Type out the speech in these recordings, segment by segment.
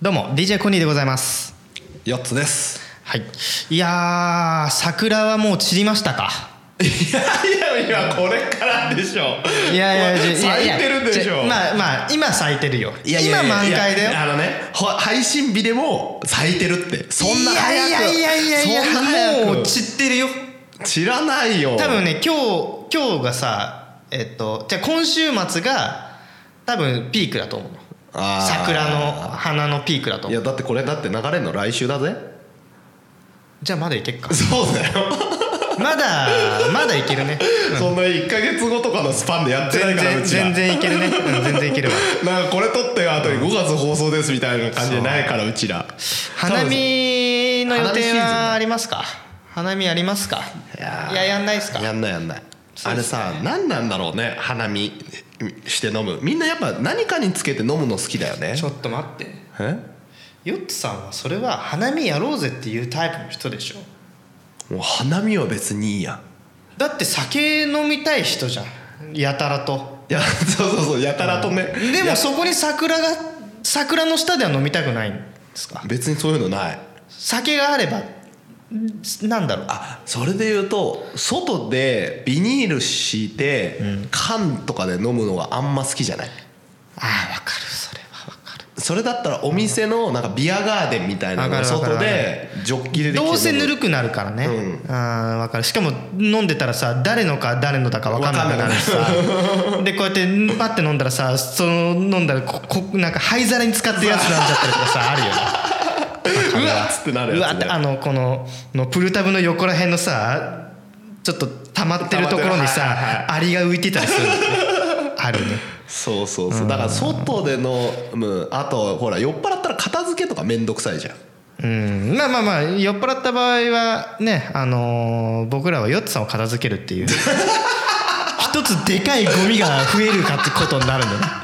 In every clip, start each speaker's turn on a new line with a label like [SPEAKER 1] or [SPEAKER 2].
[SPEAKER 1] どうも DJ コニーでございます
[SPEAKER 2] 四つです。
[SPEAKER 1] はいいやー桜はもう散りましたか
[SPEAKER 2] いやいやいやこれからでしょ。
[SPEAKER 1] いやいやいや
[SPEAKER 2] 咲いてるでし
[SPEAKER 1] いや
[SPEAKER 2] ょ。
[SPEAKER 1] いやまあまあ今咲いてるよ
[SPEAKER 2] いやいやいや
[SPEAKER 1] 今満開だよ
[SPEAKER 2] いやあのねほ配信日でも咲いてるってそんない早く
[SPEAKER 1] やいやいやいや
[SPEAKER 2] そんな早く
[SPEAKER 1] もう散ってるよ
[SPEAKER 2] 散らないよ。
[SPEAKER 1] 多分ね今日今日がさえっとじゃあ今週末が多分ピークだと思うの
[SPEAKER 2] あー
[SPEAKER 1] 桜の花のピークだと
[SPEAKER 2] い
[SPEAKER 1] 思
[SPEAKER 2] や
[SPEAKER 1] う
[SPEAKER 2] だってこれだって流れるの来週だぜ。
[SPEAKER 1] じゃあまだいけっか
[SPEAKER 2] そうだよ。
[SPEAKER 1] まだまだいけるね
[SPEAKER 2] そんな一ヶ月後とかのスパンでやってない
[SPEAKER 1] 全
[SPEAKER 2] から
[SPEAKER 1] 然
[SPEAKER 2] うちは
[SPEAKER 1] 全然いけるね、うん、全然いけるわ
[SPEAKER 2] なんかこれ撮って後に5月放送ですみたいな感じでないからうちら
[SPEAKER 1] 花
[SPEAKER 2] い
[SPEAKER 1] 見の予
[SPEAKER 2] 花見シーズ
[SPEAKER 1] 定
[SPEAKER 2] ンだ
[SPEAKER 1] はありますか花見ありますか
[SPEAKER 2] やー
[SPEAKER 1] いややんないですか
[SPEAKER 2] やんないやんない
[SPEAKER 1] そう
[SPEAKER 2] あ
[SPEAKER 1] で
[SPEAKER 2] れ
[SPEAKER 1] すね
[SPEAKER 2] さ何なんだろうね花見して飲むみんなやっぱ何かにつけて飲むの好きだよね
[SPEAKER 1] ちょっと待って
[SPEAKER 2] え
[SPEAKER 1] ヨッツさんはそれは花見やろうぜっていうタイプの人でしょ
[SPEAKER 2] もう花見は別にいいや
[SPEAKER 1] だって酒飲みたい人じゃんやたらと
[SPEAKER 2] いやそうそうそうやたらとね
[SPEAKER 1] で
[SPEAKER 2] いや
[SPEAKER 1] もそこに桜が桜の下では飲みたくないんですか
[SPEAKER 2] 別にそういうのない
[SPEAKER 1] 酒があればんなんだろう
[SPEAKER 2] あそれで言うと外でビニール敷いて缶とかで飲むのがあんま好きじゃない
[SPEAKER 1] あーわかるそれはわかる
[SPEAKER 2] それだったらお店のなんかビアガーデンみたいなの
[SPEAKER 1] わ
[SPEAKER 2] が
[SPEAKER 1] かるわかる
[SPEAKER 2] 外でジョッキでできて
[SPEAKER 1] どうせ
[SPEAKER 2] 飲む
[SPEAKER 1] ぬるくなるからね、
[SPEAKER 2] う
[SPEAKER 1] あーわかるしかも飲んでたらさ誰のか誰のだか分かんなくなるしさ でこうやってパッて飲んだらさその飲んだらここなんか灰皿に使ってるやつ飲んじゃったりとかさあるよね
[SPEAKER 2] うわっつってなる
[SPEAKER 1] う
[SPEAKER 2] や
[SPEAKER 1] わ
[SPEAKER 2] つ
[SPEAKER 1] っ
[SPEAKER 2] ね
[SPEAKER 1] てあのこののプルタブの横ら辺のさちょっと溜まってるところに
[SPEAKER 2] 溜まってるはいはい
[SPEAKER 1] さアリが浮いてたりするのねあるね
[SPEAKER 2] そうそうそうだから外でのむあとほら酔っ払ったら片付けとかめんどくさいじゃん
[SPEAKER 1] うんまあまあまあ酔っ払った場合はねあのー僕らはヨッツさんを片付け るっていう一つでかいゴミが増えるかってことにな るんだね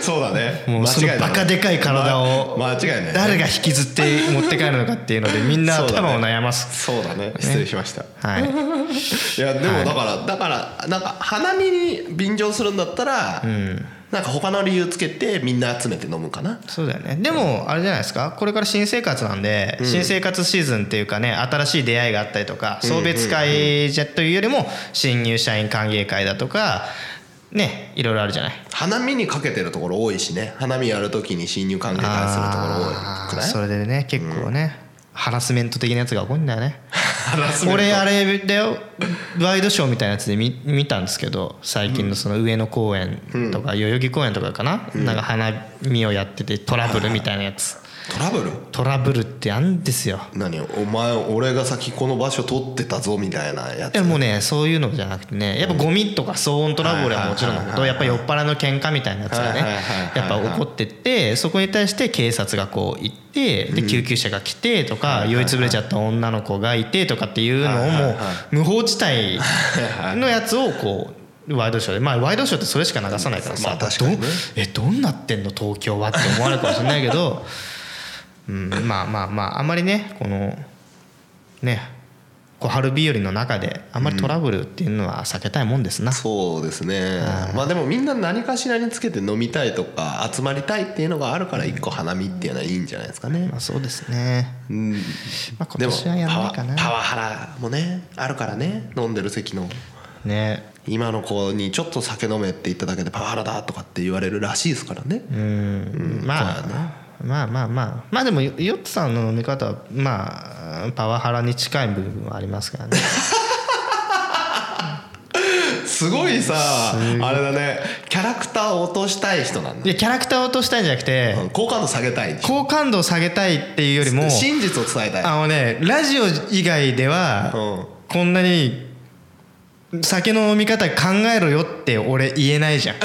[SPEAKER 2] そうだね
[SPEAKER 1] もうそのバカでかい体を
[SPEAKER 2] 間違いない
[SPEAKER 1] 誰が引きずって持って帰るのかっていう のでみんな頭を悩ます、
[SPEAKER 2] そうだね失礼しました
[SPEAKER 1] はい、
[SPEAKER 2] いやでもだからだからなんか花見に便乗するんだったらなんか他の理由つけてみんな集めて飲むかな
[SPEAKER 1] そうだよねでもあれじゃないですかこれから新生活なんで、新生活シーズンっていうかね新しい出会いがあったりとか送別会じゃというよりも新入社員歓迎会だとかねいろいろあるじゃない
[SPEAKER 2] 花見にかけてるところ多いしね花見やるときに侵入関係会するところ
[SPEAKER 1] あ
[SPEAKER 2] 多
[SPEAKER 1] ー
[SPEAKER 2] くない
[SPEAKER 1] それでね結構ね、ハラスメント的なやつが起こるんだよね
[SPEAKER 2] ハラスメント
[SPEAKER 1] 俺あれだよワイドショーみたいなやつで見見たんですけど最近のその上野公園とか代々木公園とかかな、なんか花見をやっててトラブルみたいなやつ
[SPEAKER 2] トラブル
[SPEAKER 1] トラブルってあんですよ
[SPEAKER 2] 何お前俺が先この場所取ってたぞみたいなやつ
[SPEAKER 1] いやもうねそういうのじゃなくてねやっぱゴミとか騒音トラブルはもちろんだけど
[SPEAKER 2] はい
[SPEAKER 1] やっぱ酔っ払いの喧嘩みたいなやつがね
[SPEAKER 2] はいはいはいはい
[SPEAKER 1] やっぱ起こってってそこに対して警察がこう行ってで救急車が来てとか酔いつぶれちゃった女の子がいてとかっていうのをもう無法地帯のやつをこうワイドショーでまあワイドショーってそれしか流さないから
[SPEAKER 2] ま
[SPEAKER 1] さ
[SPEAKER 2] あ確かにね
[SPEAKER 1] どえどうなってんの東京はって思われるかもしれないけどうんまあまあまああまりねこのね小春日和の中であんまりトラブルっていうのは避けたいもんですな、
[SPEAKER 2] そうですねまあでもみんな何かしらにつけて飲みたいとか集まりたいっていうのがあるから一個花見っていうのはいいんじゃないですかね
[SPEAKER 1] まあそうですね、
[SPEAKER 2] うん
[SPEAKER 1] まあ、今
[SPEAKER 2] でも
[SPEAKER 1] 年はやらないかな
[SPEAKER 2] パワパワハラもねあるからね飲んでる席の
[SPEAKER 1] ね
[SPEAKER 2] 今の子にちょっと酒飲めって言っただけでパワハラだとかって言われるらしいですからね
[SPEAKER 1] うんまあ、まあまあまあまあでもヨヨッツさんの見方はまあパワハラに近い部分はありますからね
[SPEAKER 2] すごいさあれだねキャラクターを落としたい人なん
[SPEAKER 1] い
[SPEAKER 2] だ
[SPEAKER 1] やキャラクターを落としたいんじゃなくて
[SPEAKER 2] うん好感度下げたい
[SPEAKER 1] 好感度を下げたいっていうよりも
[SPEAKER 2] 真実を伝えたい
[SPEAKER 1] あのねラジオ以外では
[SPEAKER 2] うん
[SPEAKER 1] こんなに酒の飲み方考えろよって俺言えないじゃん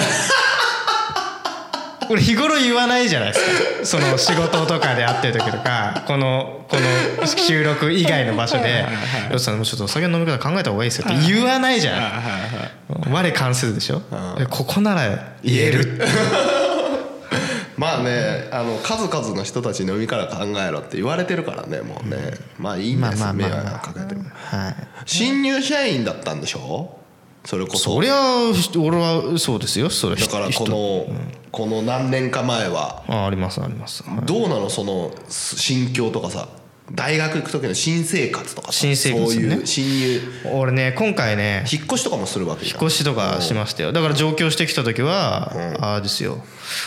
[SPEAKER 1] 俺日頃言わないじゃないですかその仕事とかで会ってる時とかこのこの収録以外の場所で「よっさんもうちょっとお酒の飲み方考えた方がいいですよ」って言わないじゃん我関するでしょでここなら言える
[SPEAKER 2] まあねあの数々の人たちに海から考えろって言われてるからねもうね、まあいいんです、
[SPEAKER 1] まあまあまあまあ
[SPEAKER 2] 迷惑かけても
[SPEAKER 1] はい
[SPEAKER 2] 新入社員だったんでしょそれこそ
[SPEAKER 1] そりゃ俺はそうですよそれ
[SPEAKER 2] だからこの、この何年か前は
[SPEAKER 1] あありますあります、はい
[SPEAKER 2] どうなのその心境とかさ大学行く時の新生活とかさ
[SPEAKER 1] 新生活ね
[SPEAKER 2] そういう新入
[SPEAKER 1] 俺ね今回ね
[SPEAKER 2] 引っ越しとかもするわけじ
[SPEAKER 1] 引
[SPEAKER 2] ゃ
[SPEAKER 1] っ
[SPEAKER 2] ん
[SPEAKER 1] 越しとかしましたよだから上京してきた時は、ああですよ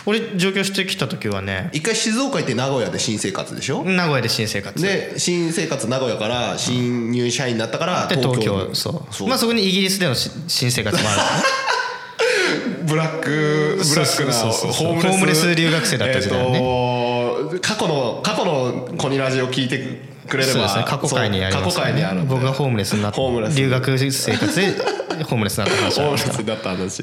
[SPEAKER 1] 俺上京してきた時はね
[SPEAKER 2] 一回静岡行って名古屋で新生活でしょ、
[SPEAKER 1] 名古屋で新生活
[SPEAKER 2] で新生活名古屋から新入社員になったから
[SPEAKER 1] で
[SPEAKER 2] 東
[SPEAKER 1] 東
[SPEAKER 2] 京
[SPEAKER 1] 京そう
[SPEAKER 2] そう
[SPEAKER 1] まあそこにイギリスでのし新生活もある
[SPEAKER 2] ブラックブラックな
[SPEAKER 1] そうそうそうそう
[SPEAKER 2] ホームレス
[SPEAKER 1] ホームレス留学生だった時代ね
[SPEAKER 2] えーと過去の過去のコニラジを聞いて くれれば
[SPEAKER 1] そうですね過去回にあります
[SPEAKER 2] そう過去回にあるんで
[SPEAKER 1] 僕がホームレスになっ
[SPEAKER 2] ホームレス
[SPEAKER 1] 留学生活でホームレスになった話
[SPEAKER 2] ホーム
[SPEAKER 1] なんで
[SPEAKER 2] レス
[SPEAKER 1] すから
[SPEAKER 2] になった話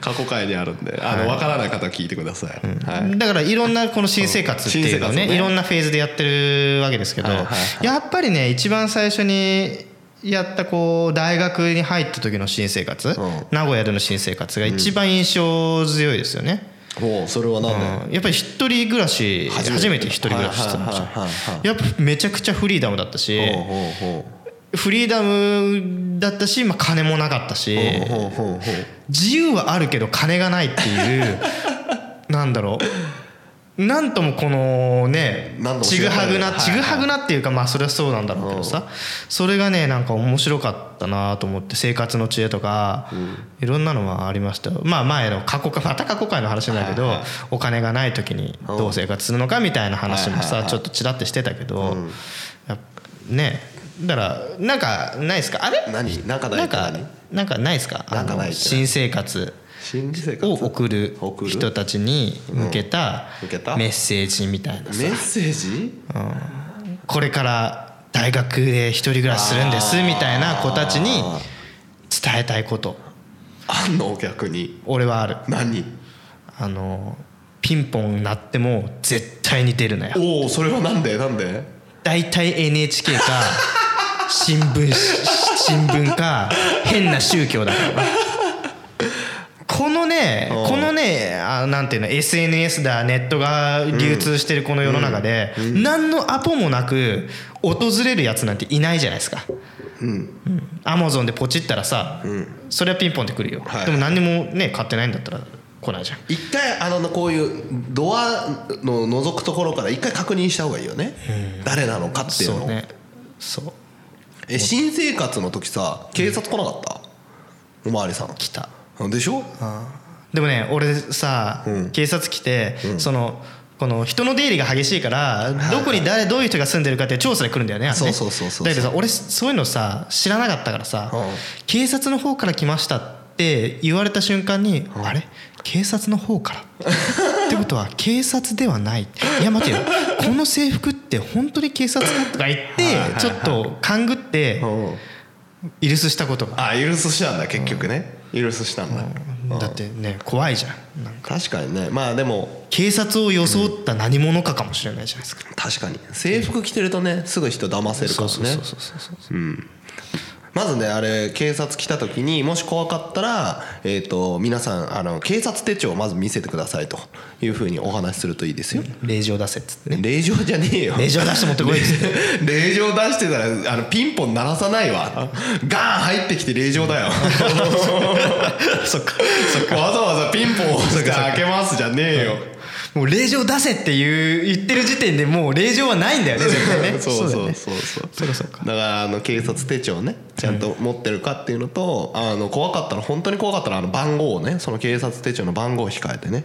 [SPEAKER 2] 過去回にあるんであの分からない方は聞いてください、はい
[SPEAKER 1] だからいろんなこの新生活っていうのを
[SPEAKER 2] うん新生活を
[SPEAKER 1] ね
[SPEAKER 2] ね
[SPEAKER 1] いろんなフェーズでやってるわけですけど
[SPEAKER 2] はいはいは
[SPEAKER 1] やっぱりね一番最初にやったこう大学に入った時の新生活
[SPEAKER 2] ん
[SPEAKER 1] 名古屋での新生活が一番印象強いですよね、
[SPEAKER 2] もうそれは何だよ
[SPEAKER 1] うんやっぱり一人暮らし
[SPEAKER 2] 初
[SPEAKER 1] 初
[SPEAKER 2] めて
[SPEAKER 1] めて一人暮らししてたんですよ
[SPEAKER 2] はいはいはいはい
[SPEAKER 1] やっぱめちゃくちゃフリーダムだったし
[SPEAKER 2] ほうほうほ
[SPEAKER 1] フリーダムだったし、まあ、金もなかったし
[SPEAKER 2] うほうほうほう
[SPEAKER 1] 自由はあるけど金がないっていうなんだろうなんともこのね
[SPEAKER 2] なんとも
[SPEAKER 1] ちぐはぐ
[SPEAKER 2] はい
[SPEAKER 1] な
[SPEAKER 2] はい
[SPEAKER 1] ちぐはぐなっていうかまあそれはそうなんだろうけどさそれがねなんか面白かったなと思って生活の知恵とかいろんなのはありましたよまあ前の過去かまた過去回の話だけどお金がない時にどう生活するのかみたいな話
[SPEAKER 2] は
[SPEAKER 1] も
[SPEAKER 2] いはい
[SPEAKER 1] さ
[SPEAKER 2] はい
[SPEAKER 1] ちょっとちらってしてたけどやっぱねだからなんかないですかあれ
[SPEAKER 2] 何なんかない
[SPEAKER 1] なんかなんかないですか
[SPEAKER 2] なんかないっ
[SPEAKER 1] あの
[SPEAKER 2] て
[SPEAKER 1] 新生活
[SPEAKER 2] 新生活
[SPEAKER 1] を送る
[SPEAKER 2] 送る
[SPEAKER 1] 人たちに向けた
[SPEAKER 2] うん向けた
[SPEAKER 1] メッセージみたいなさ
[SPEAKER 2] メッセージ
[SPEAKER 1] これから大学で一人暮らしするんですみたいな子たちに
[SPEAKER 2] あ
[SPEAKER 1] 伝えたいこと
[SPEAKER 2] あんの逆に
[SPEAKER 1] 俺はある
[SPEAKER 2] 何
[SPEAKER 1] あのピンポン鳴っても絶対に出るなよ
[SPEAKER 2] おおそれはなんでなんで
[SPEAKER 1] 大体 NHK か新聞紙新聞か変な宗教だからこのね
[SPEAKER 2] うん
[SPEAKER 1] このねあなんていうの SNS だネットが流通してるこの世の中で、何のアポもなく訪れるやつなんていないじゃないですか
[SPEAKER 2] うん
[SPEAKER 1] アマゾンでポチったらさ、
[SPEAKER 2] うん
[SPEAKER 1] それはピンポンってくるよ、
[SPEAKER 2] はい
[SPEAKER 1] でも何にもね買ってないんだったら来ないじゃん
[SPEAKER 2] 一回あのこういうドアの覗くところから一回確認した方がいいよね誰なのかっていう
[SPEAKER 1] そう
[SPEAKER 2] の
[SPEAKER 1] ねそう
[SPEAKER 2] え新生活の時さ警察来なかったおまわりさん
[SPEAKER 1] 来た
[SPEAKER 2] でしょ
[SPEAKER 1] でもね俺さ、
[SPEAKER 2] うん
[SPEAKER 1] 警察来て、そのこの人の出入りが激しいからどこに誰どういう人が住んでるかって調査で来るんだよねあれ
[SPEAKER 2] そ
[SPEAKER 1] ね
[SPEAKER 2] うそうそうそう
[SPEAKER 1] だけどさ俺そういうのさ知らなかったからさ、
[SPEAKER 2] うん
[SPEAKER 1] 警察の方から来ましたって言われた瞬間に、あれ警察の方からってこ とは警察ではないいや待てよこの制服って本当に警察かとか言って
[SPEAKER 2] はいはいはい
[SPEAKER 1] ちょっと勘ぐってイルスしたことが
[SPEAKER 2] あ許すしたんだ結局ね許すしたんだうん
[SPEAKER 1] だってね怖いじゃんなんか
[SPEAKER 2] 確かにねまあでも
[SPEAKER 1] 警察を装った何者かかもしれないじゃないですか、
[SPEAKER 2] 確かに制服着てるとねすぐ人騙せるからね
[SPEAKER 1] うそうそう
[SPEAKER 2] まずねあれ警察来た時にもし怖かったら、えー、と皆さんあの警察手帳をまず見せてくださいというふうにお話しするといいですよ、
[SPEAKER 1] 令状出せっつってね
[SPEAKER 2] 令状じゃねえよ
[SPEAKER 1] 令状出して持ってこいっ つって
[SPEAKER 2] 令状出してたらあのピンポン鳴らさないわガーン入ってきて令状だよ
[SPEAKER 1] そっ か
[SPEAKER 2] わざわざピンポン押して開けますじゃねえよ
[SPEAKER 1] もう令状出せっていう言ってる時点でもう令状はないん だよね絶対ね
[SPEAKER 2] そう
[SPEAKER 1] だよ
[SPEAKER 2] そう
[SPEAKER 1] ね
[SPEAKER 2] そうそう
[SPEAKER 1] そうかそうか
[SPEAKER 2] だからあの警察手帳をねちゃんと持ってるかっていうのと、あの怖かったら本当に怖かったらあの番号をねその警察手帳の番号を控えてね、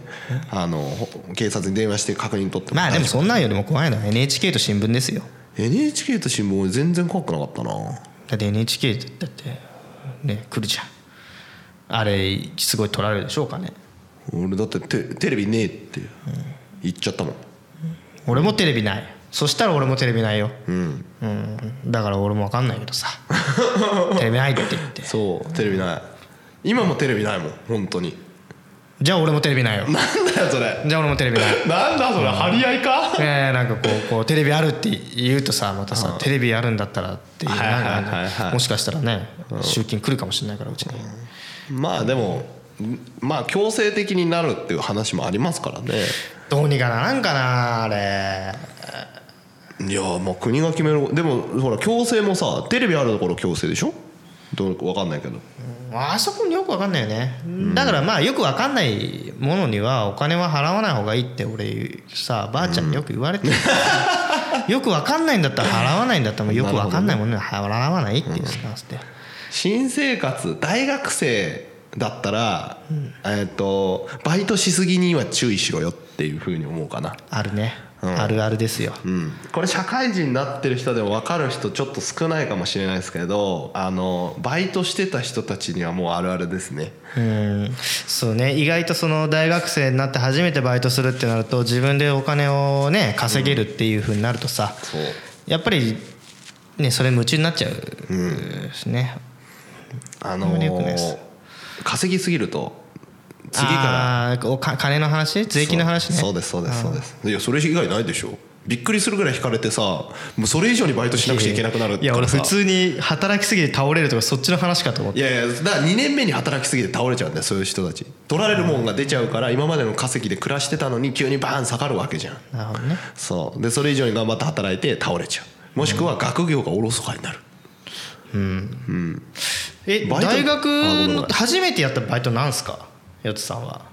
[SPEAKER 2] あのほ警察に電話して確認取って
[SPEAKER 1] まあで
[SPEAKER 2] 大
[SPEAKER 1] も
[SPEAKER 2] 丈
[SPEAKER 1] そんなんよりも怖いのは NHK と新聞ですよ
[SPEAKER 2] 夫 NHK と新聞俺全然怖くなかったな
[SPEAKER 1] だって NHK だってね来るじゃんあれすごい取られるでしょうかね
[SPEAKER 2] 俺だってテテレビねえって言っちゃったもん
[SPEAKER 1] 俺もテレビないそしたら俺もテレビないよ
[SPEAKER 2] うん
[SPEAKER 1] うんだから俺も分かんないけどさ テレビないって言って
[SPEAKER 2] そうテレビない今もテレビないもん本当に
[SPEAKER 1] じゃあ俺もテレビないよ
[SPEAKER 2] なんだよそれ
[SPEAKER 1] じゃあ俺もテレ ビない
[SPEAKER 2] なんだそれ張り合いか
[SPEAKER 1] えー、なんかこうこうテレビあるって言うとさまたさテレビあるんだったらっていう
[SPEAKER 2] はいはいはい
[SPEAKER 1] なんか
[SPEAKER 2] はい
[SPEAKER 1] ねもしかしたらね集金来るかもしれないからうちに
[SPEAKER 2] まあでもまあ強制的になるっていう話もありますからね
[SPEAKER 1] どうにかならんかなあれ
[SPEAKER 2] いやまあ国が決めるでもほら強制もさテレビあるところ強制でしょどうわかんないけど
[SPEAKER 1] あそこによく分かんないよねだからまあよく分かんないものにはお金は払わない方がいいって俺さばあちゃんによく言われ てる、よく分かんないんだったら払わないんだったらもうよく分かんないものには払わないっていうスタンスで、
[SPEAKER 2] 新生活大学生だったら、えっとバイトしすぎには注意しろよっていうふうに思うかな
[SPEAKER 1] あるね、
[SPEAKER 2] ん
[SPEAKER 1] あるあるですよ、
[SPEAKER 2] うん、これ社会人になってる人でも分かる人ちょっと少ないかもしれないですけどあのバイトしてた人たちにはもうあるあるですね
[SPEAKER 1] うんそうね意外とその大学生になって初めてバイトするってなると自分でお金をね稼げるっていうふうになるとさ、
[SPEAKER 2] そう
[SPEAKER 1] やっぱりねそれ夢中になっちゃうしね、
[SPEAKER 2] あ
[SPEAKER 1] あん
[SPEAKER 2] の
[SPEAKER 1] まり良くないです
[SPEAKER 2] 稼ぎすぎると次から
[SPEAKER 1] からおか金の話税金の話ね
[SPEAKER 2] そうそうですそうですそうですいやそれ以外ないでしょびっくりするぐらい引かれてさもうそれ以上にバイトしなくちゃいけなくなる
[SPEAKER 1] いや
[SPEAKER 2] か
[SPEAKER 1] 俺
[SPEAKER 2] らさ
[SPEAKER 1] 普通に働きすぎて倒れるとかそっちの話かと思っ
[SPEAKER 2] い
[SPEAKER 1] て
[SPEAKER 2] やいやだから2年目に働きすぎて倒れちゃうんだよそういう人たち取られるもんが出ちゃうから今までの稼ぎで暮らしてたのに急にバーン下がるわけじゃん
[SPEAKER 1] なるほどね
[SPEAKER 2] そうでそれ以上に頑張って働いて倒れちゃうもしくは学業がおろそかになる、
[SPEAKER 1] え
[SPEAKER 2] バイト
[SPEAKER 1] 大学
[SPEAKER 2] あごめんごめん
[SPEAKER 1] の初めてやったバイトなんすかよつさんは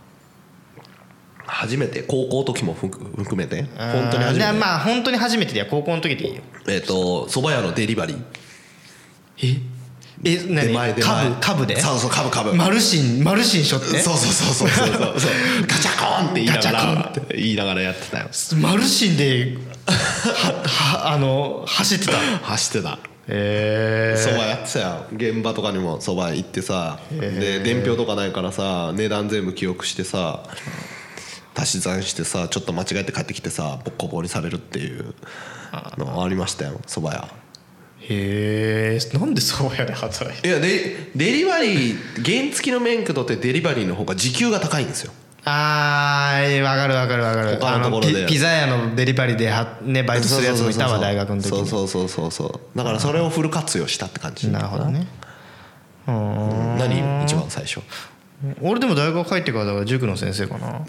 [SPEAKER 2] 初めて高校時も含含めて本当に初め
[SPEAKER 1] あー
[SPEAKER 2] て、
[SPEAKER 1] でまあ本当に初めてで高校の時でいいよ
[SPEAKER 2] えっ、と蕎麦屋のデリバリー
[SPEAKER 1] ええ何
[SPEAKER 2] 出前出前
[SPEAKER 1] 株株で
[SPEAKER 2] そうそう株株
[SPEAKER 1] マルシンマルシンしょって
[SPEAKER 2] そうそうそうそうそうそうそう ガチャコーンって言いなが
[SPEAKER 1] ガ
[SPEAKER 2] ら言いながらやってたよ
[SPEAKER 1] マルシンでははあの走ってた
[SPEAKER 2] 走ってた
[SPEAKER 1] え
[SPEAKER 2] そばやってたよ現場とかにもそば行ってさで伝票とかないからさ値段全部記憶してさ足し算してさちょっと間違えて帰ってきてさボッコボコにされるっていうのありましたよそば屋
[SPEAKER 1] へえなんでそうやで働いて
[SPEAKER 2] いやでデリバリー原付きの免許取ってデリバリーの方が時給が高いんですよ
[SPEAKER 1] あーわかるわかるわかる
[SPEAKER 2] 他のところで
[SPEAKER 1] あのピピザ屋のデリバリでは、ね、バイトするやつもいたわ大学の時に
[SPEAKER 2] そうそうそうそうそうだからそれをフル活用したって感じ
[SPEAKER 1] なるほどねうん
[SPEAKER 2] 何一番最初
[SPEAKER 1] 俺でも大学入ってからだから塾の先生か な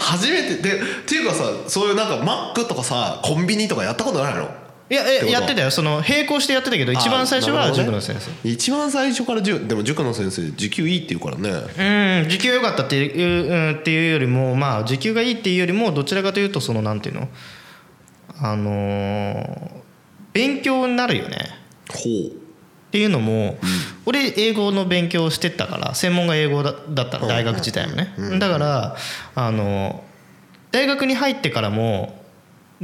[SPEAKER 2] 初めてでっていうかさそういうなんかマックとかさコンビニとかやったことないの
[SPEAKER 1] いや
[SPEAKER 2] ってこ
[SPEAKER 1] え
[SPEAKER 2] と
[SPEAKER 1] やってたよその並行してやってたけど一番最初
[SPEAKER 2] あ
[SPEAKER 1] は
[SPEAKER 2] なる
[SPEAKER 1] 塾
[SPEAKER 2] ほど
[SPEAKER 1] の
[SPEAKER 2] ね
[SPEAKER 1] 先生
[SPEAKER 2] 一番最初から塾でも塾の先生時給いいって言うからね
[SPEAKER 1] うん時給が良かったっていう,、うん、っていうよりもまあ時給がいいっていうよりもどちらかというとそのなんていうのあのー勉強になるよね
[SPEAKER 2] ほ
[SPEAKER 1] っていうのも、俺英語の勉強をしてたから専門が英語だだったの大学自体もね、だからあの大学に入ってからも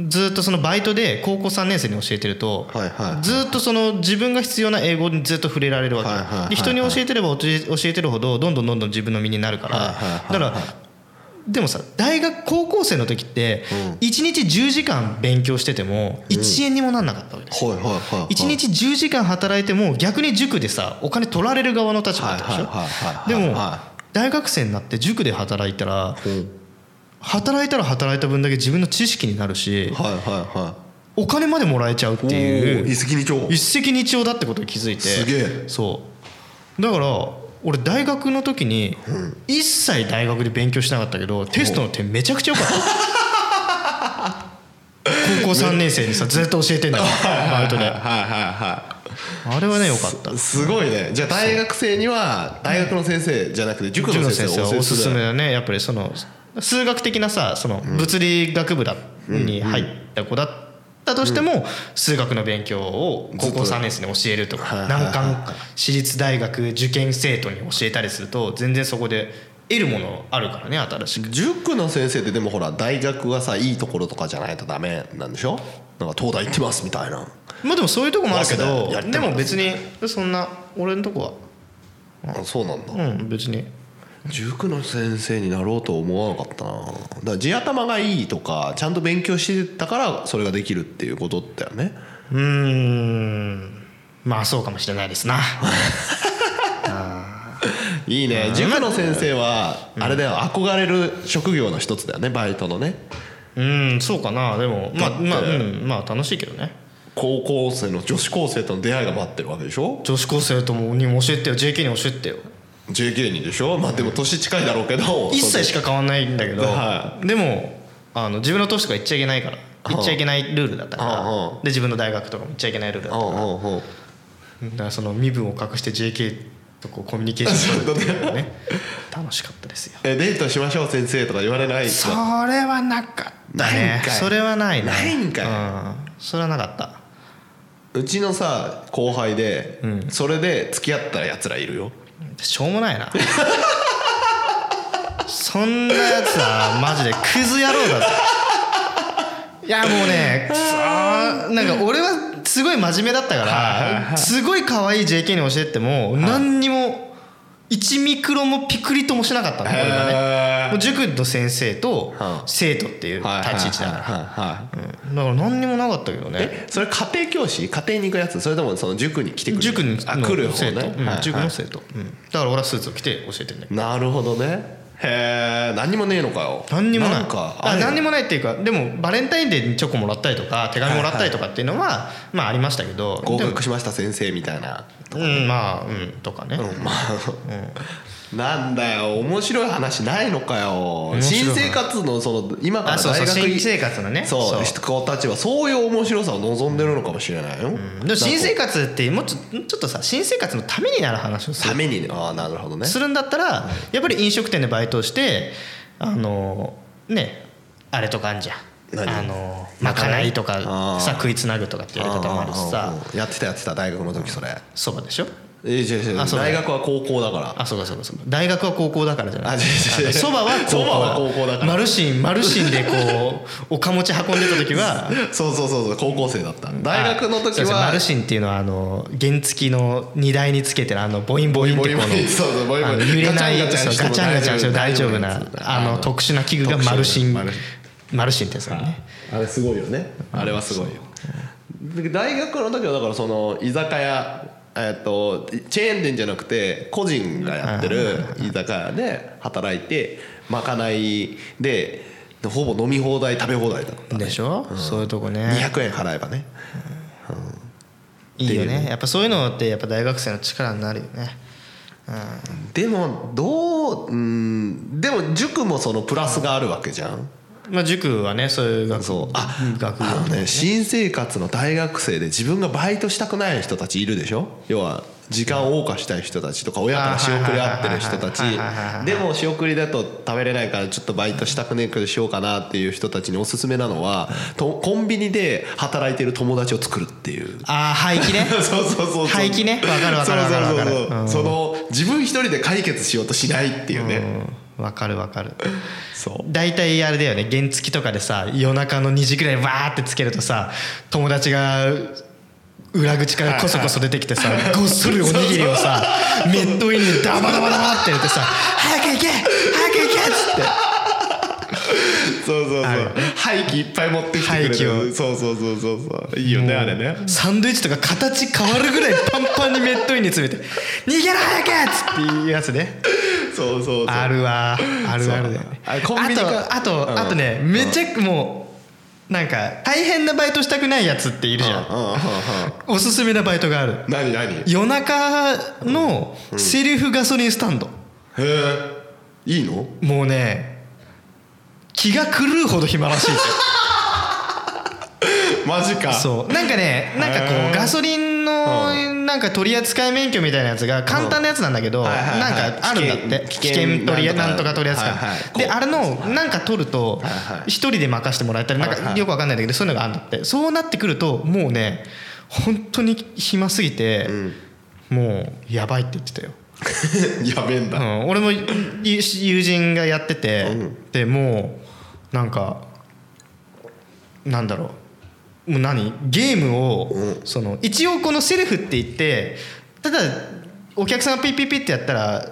[SPEAKER 1] ずっとそのバイトで高校3年生に教えてると、
[SPEAKER 2] はいはいはい
[SPEAKER 1] ずっとその自分が必要な英語にずっと触れられるわけ、
[SPEAKER 2] はいはいはいはい
[SPEAKER 1] で人に教えてれば教え教えてるほどどんどんどんどん自分の身になるから、
[SPEAKER 2] はいはいはい
[SPEAKER 1] だからでもさ大学高校生の時って1日10時間勉強してても1円にもなんなかったわけですよ
[SPEAKER 2] うはいはいはいはい
[SPEAKER 1] 1日10時間働いても逆に塾でさお金取られる側の立場だったでしょ
[SPEAKER 2] はいはいはい
[SPEAKER 1] で
[SPEAKER 2] はい
[SPEAKER 1] も
[SPEAKER 2] は
[SPEAKER 1] 大学生になって塾で働いたら
[SPEAKER 2] ほう
[SPEAKER 1] 働いたら働いた分だけ自分の知識になるし
[SPEAKER 2] はいはいはい
[SPEAKER 1] お金までもらえちゃうって
[SPEAKER 2] お
[SPEAKER 1] い
[SPEAKER 2] ー
[SPEAKER 1] う
[SPEAKER 2] 一石二鳥
[SPEAKER 1] 一石二鳥だってことに気づいて
[SPEAKER 2] すげえ
[SPEAKER 1] そうだから俺大学の時に一切大学で勉強しなかったけどテストの点めちゃくちゃ良かった 高校3年生にさずっと教えてんだからバイトで
[SPEAKER 2] はいはいは
[SPEAKER 1] あれはね良かった
[SPEAKER 2] いすごいねじゃあ大学生には大学の先生じゃなくて塾
[SPEAKER 1] 塾
[SPEAKER 2] の
[SPEAKER 1] の
[SPEAKER 2] 先
[SPEAKER 1] 先
[SPEAKER 2] 生
[SPEAKER 1] 生
[SPEAKER 2] を
[SPEAKER 1] はおすすめ
[SPEAKER 2] だ
[SPEAKER 1] だねやっぱりその数学的なさその物理学部だに入った子だったとしても数学の勉強を高校3年生に教えると
[SPEAKER 2] はいは
[SPEAKER 1] か
[SPEAKER 2] いはい
[SPEAKER 1] 難関私立大学受験生徒に教えたりすると全然そこで得るものあるからね新しく
[SPEAKER 2] 塾の先生ってでもほら大学がさいいところとかじゃないとダメなんでしょなんか東大行ってますみたいな
[SPEAKER 1] まあでもそういうとこもあるけ
[SPEAKER 2] 早稲
[SPEAKER 1] ど
[SPEAKER 2] 田やってます
[SPEAKER 1] でも別にそんな俺のとこ
[SPEAKER 2] あそうなんだ
[SPEAKER 1] はうん別に
[SPEAKER 2] 塾の先生になろうと思わなかったなだから地頭がいいとかちゃんと勉強してたからそれができるっていうことだよね
[SPEAKER 1] うーんまあそうかもしれないですな
[SPEAKER 2] いいね塾の先生はあれだよ憧れる職業の一つだよねバイトのね
[SPEAKER 1] うんそうかなでもまあ
[SPEAKER 2] だって
[SPEAKER 1] まあうんまあ楽しいけどね
[SPEAKER 2] 高校生の女子高生との出会いが待ってるわけでしょ
[SPEAKER 1] 女子高生ともにも教えてよ JK に教えてよ
[SPEAKER 2] JK にでしょまあでも年近いだろうけど
[SPEAKER 1] 一切し
[SPEAKER 2] か
[SPEAKER 1] か変わんないんだけど、
[SPEAKER 2] は
[SPEAKER 1] でもあの自分の年とか言っちゃいけないから言っちゃいけないルールだったか
[SPEAKER 2] うん
[SPEAKER 1] ら
[SPEAKER 2] うん
[SPEAKER 1] で自分の大学とかも言っちゃいけないルールだ
[SPEAKER 2] う
[SPEAKER 1] った
[SPEAKER 2] んうんうん
[SPEAKER 1] だからその身分を隠して JK とこうコミュニケーション取るっていうの がね楽しかったですよ
[SPEAKER 2] えデートしましょう先生とか言われない
[SPEAKER 1] それはなかった
[SPEAKER 2] ない
[SPEAKER 1] ね
[SPEAKER 2] んかい
[SPEAKER 1] それはないね
[SPEAKER 2] ないんかい
[SPEAKER 1] うん、それはなかった
[SPEAKER 2] うちのさ後輩で、それで付き合ったやつらいるよ
[SPEAKER 1] しょうもないなそんなやつはマジでクズ野郎だぞいやもうねくそーなんか俺はすごい真面目だったからすごい可愛い JK に教えても何にも1ミクロもピクリともしなかったんだ俺がねもう塾の先生と
[SPEAKER 2] はあ
[SPEAKER 1] 生徒っていう立ち位置だから
[SPEAKER 2] ら
[SPEAKER 1] うんだから何にもなかったけどね
[SPEAKER 2] えそれ家庭教師家庭に行くやつそれともその塾に来てくる
[SPEAKER 1] 塾の
[SPEAKER 2] あ来る方
[SPEAKER 1] 生徒
[SPEAKER 2] ね
[SPEAKER 1] うん
[SPEAKER 2] はい
[SPEAKER 1] 塾
[SPEAKER 2] は
[SPEAKER 1] の
[SPEAKER 2] い
[SPEAKER 1] 生徒うんだから俺はスーツを着て教えてんだけど
[SPEAKER 2] なるほどねへえ何にもねえのかよ
[SPEAKER 1] 何にもない
[SPEAKER 2] んか
[SPEAKER 1] あ何に
[SPEAKER 2] も
[SPEAKER 1] もないっていうかでもバレンタインデーにチョコもらったりとか手紙もらったりとかっていうのはまあありましたけど
[SPEAKER 2] 合
[SPEAKER 1] でも
[SPEAKER 2] 格しました先生みたいな
[SPEAKER 1] うんまあうんとかね
[SPEAKER 2] うんまあなんだよ面白い話ないのかよ
[SPEAKER 1] 面白い
[SPEAKER 2] 新
[SPEAKER 1] 話
[SPEAKER 2] 生活のその今から
[SPEAKER 1] あそう
[SPEAKER 2] 大
[SPEAKER 1] そう
[SPEAKER 2] 学
[SPEAKER 1] 新
[SPEAKER 2] い
[SPEAKER 1] 生活のね
[SPEAKER 2] そう子たちはそういう面白さを望んでるのかもしれないよ
[SPEAKER 1] うんでも新生活ってもうちょちょっとさ新生活のためになる話をす
[SPEAKER 2] た
[SPEAKER 1] る
[SPEAKER 2] めにねああなるほどね
[SPEAKER 1] するんだったらやっぱり飲食店でバイトをしてあのねあれとかあんじゃん
[SPEAKER 2] 何
[SPEAKER 1] あのまかないと
[SPEAKER 2] あ
[SPEAKER 1] か
[SPEAKER 2] ー
[SPEAKER 1] さ食いつなぐとかってやり方もあるし
[SPEAKER 2] あ
[SPEAKER 1] さ
[SPEAKER 2] ーやってたやってた大学の時それ
[SPEAKER 1] そばでしょ
[SPEAKER 2] え違う違う
[SPEAKER 1] あそうだ
[SPEAKER 2] 大学は高校だから
[SPEAKER 1] あそうかそうかそうか大学は高校だからじゃない
[SPEAKER 2] あ違う違う違う
[SPEAKER 1] そばは
[SPEAKER 2] そばは高校だから
[SPEAKER 1] マルシンマルシンでこ うおかもち運んでた時は
[SPEAKER 2] そうそうそうそう高校生だった大学の
[SPEAKER 1] あす
[SPEAKER 2] 時
[SPEAKER 1] いませんマ
[SPEAKER 2] は
[SPEAKER 1] ルシンっていうのはあの原付きの荷台につけてるあのボインボインってこ
[SPEAKER 2] ボインボインそうそうボインボイン
[SPEAKER 1] のあの揺れないやつ
[SPEAKER 2] ガチャンガチャンしても
[SPEAKER 1] ガチャンガチャンしても大丈夫
[SPEAKER 2] 大
[SPEAKER 1] な
[SPEAKER 2] 丈夫なやつ
[SPEAKER 1] あ
[SPEAKER 2] あ
[SPEAKER 1] の
[SPEAKER 2] の
[SPEAKER 1] 特殊な器具がマルシンマルシンってやつだね
[SPEAKER 2] あれすごいよねあれはすごいよで大学の時はだからその居酒屋えっとチェーン店じゃなくて個人がやってる居酒屋で働いてまかないでほぼ飲み放題食べ放題だった
[SPEAKER 1] でしょそういうとこね
[SPEAKER 2] 200円払えばね
[SPEAKER 1] いいよねやっぱそういうのってやっぱ大学生の力になるよねうん
[SPEAKER 2] でもどううんでも塾もそのプラスがあるわけじゃん
[SPEAKER 1] まあ塾はねそういう学
[SPEAKER 2] そうあ
[SPEAKER 1] 学業
[SPEAKER 2] あのね新生活の大学生で自分がバイトしたくない人たちいるでしょ要は時間を謳歌したい人たちとか親から仕送り合ってる人たち
[SPEAKER 1] はいはいはいはいはい
[SPEAKER 2] でも仕送りだと食べれないからちょっとバイトしたくねえけどしようかなっていう人たちにおすすめなのはとコンビニで働いてる友達を作るっていう
[SPEAKER 1] ああ廃棄ね
[SPEAKER 2] そうそうそうそう
[SPEAKER 1] 廃棄ねわかるわかるわかるわかる
[SPEAKER 2] そうそうそうそうその自分一人で解決しようとしないっていうね、
[SPEAKER 1] うんわかるわかる
[SPEAKER 2] そう
[SPEAKER 1] 大体あれだよね原付とかでさ夜中の2時ぐらいわーってつけるとさ友達が裏口からこそこそ出てきてさごっそりおにぎりを さメットインでダバダバダバってやってさ「早く行け早く行け!」っつって
[SPEAKER 2] そうそうそう
[SPEAKER 1] あるよ
[SPEAKER 2] 廃棄いっぱい持ってきてくれる
[SPEAKER 1] 廃棄を
[SPEAKER 2] そうそうそうそうそういいよねあれね
[SPEAKER 1] サンドイッチとか形変わるぐらいパンパンにメットインに詰めて「逃げろ早く!」っつっていうやつね
[SPEAKER 2] そうそうそう
[SPEAKER 1] あるわあるあるだよね
[SPEAKER 2] あ
[SPEAKER 1] あ
[SPEAKER 2] コンビニか
[SPEAKER 1] とあと、
[SPEAKER 2] うん
[SPEAKER 1] あとねめちゃくもうなんか大変なバイトしたくないやつっているじゃん、
[SPEAKER 2] うんうんうん
[SPEAKER 1] おすすめなバイトがある
[SPEAKER 2] 何何へ
[SPEAKER 1] 夜中のセルフガソリンスタンド、
[SPEAKER 2] えいいの
[SPEAKER 1] もうね気が狂うほど暇らしいですよ
[SPEAKER 2] マジか
[SPEAKER 1] そうなんかねなんかこ
[SPEAKER 2] へー
[SPEAKER 1] うガソリンのなんか取扱免許みたいなやつが簡単なやつなんだけど
[SPEAKER 2] うん
[SPEAKER 1] な
[SPEAKER 2] はいはいはい
[SPEAKER 1] んかあるんだって
[SPEAKER 2] 危
[SPEAKER 1] 危
[SPEAKER 2] 険
[SPEAKER 1] 険取り
[SPEAKER 2] な
[SPEAKER 1] なんん
[SPEAKER 2] と
[SPEAKER 1] と
[SPEAKER 2] か
[SPEAKER 1] か取り扱い
[SPEAKER 2] はいはい
[SPEAKER 1] で
[SPEAKER 2] こう
[SPEAKER 1] あれのなんか取ると
[SPEAKER 2] はいはい
[SPEAKER 1] 一人で任せてもらえたりなん
[SPEAKER 2] はいは
[SPEAKER 1] か
[SPEAKER 2] い
[SPEAKER 1] よくわかんないんだけどそういうのがあるんだってそうなってくるともうね本当に暇すぎて
[SPEAKER 2] ん
[SPEAKER 1] もうやばいって言ってたよ
[SPEAKER 2] やべえん
[SPEAKER 1] う
[SPEAKER 2] だ
[SPEAKER 1] ん、俺も友友人がやってて、
[SPEAKER 2] うん
[SPEAKER 1] でもうなんかなんだろうもう何ゲームを、
[SPEAKER 2] うん
[SPEAKER 1] その一応このセルフって言ってただお客さんがピッピッピッってやったら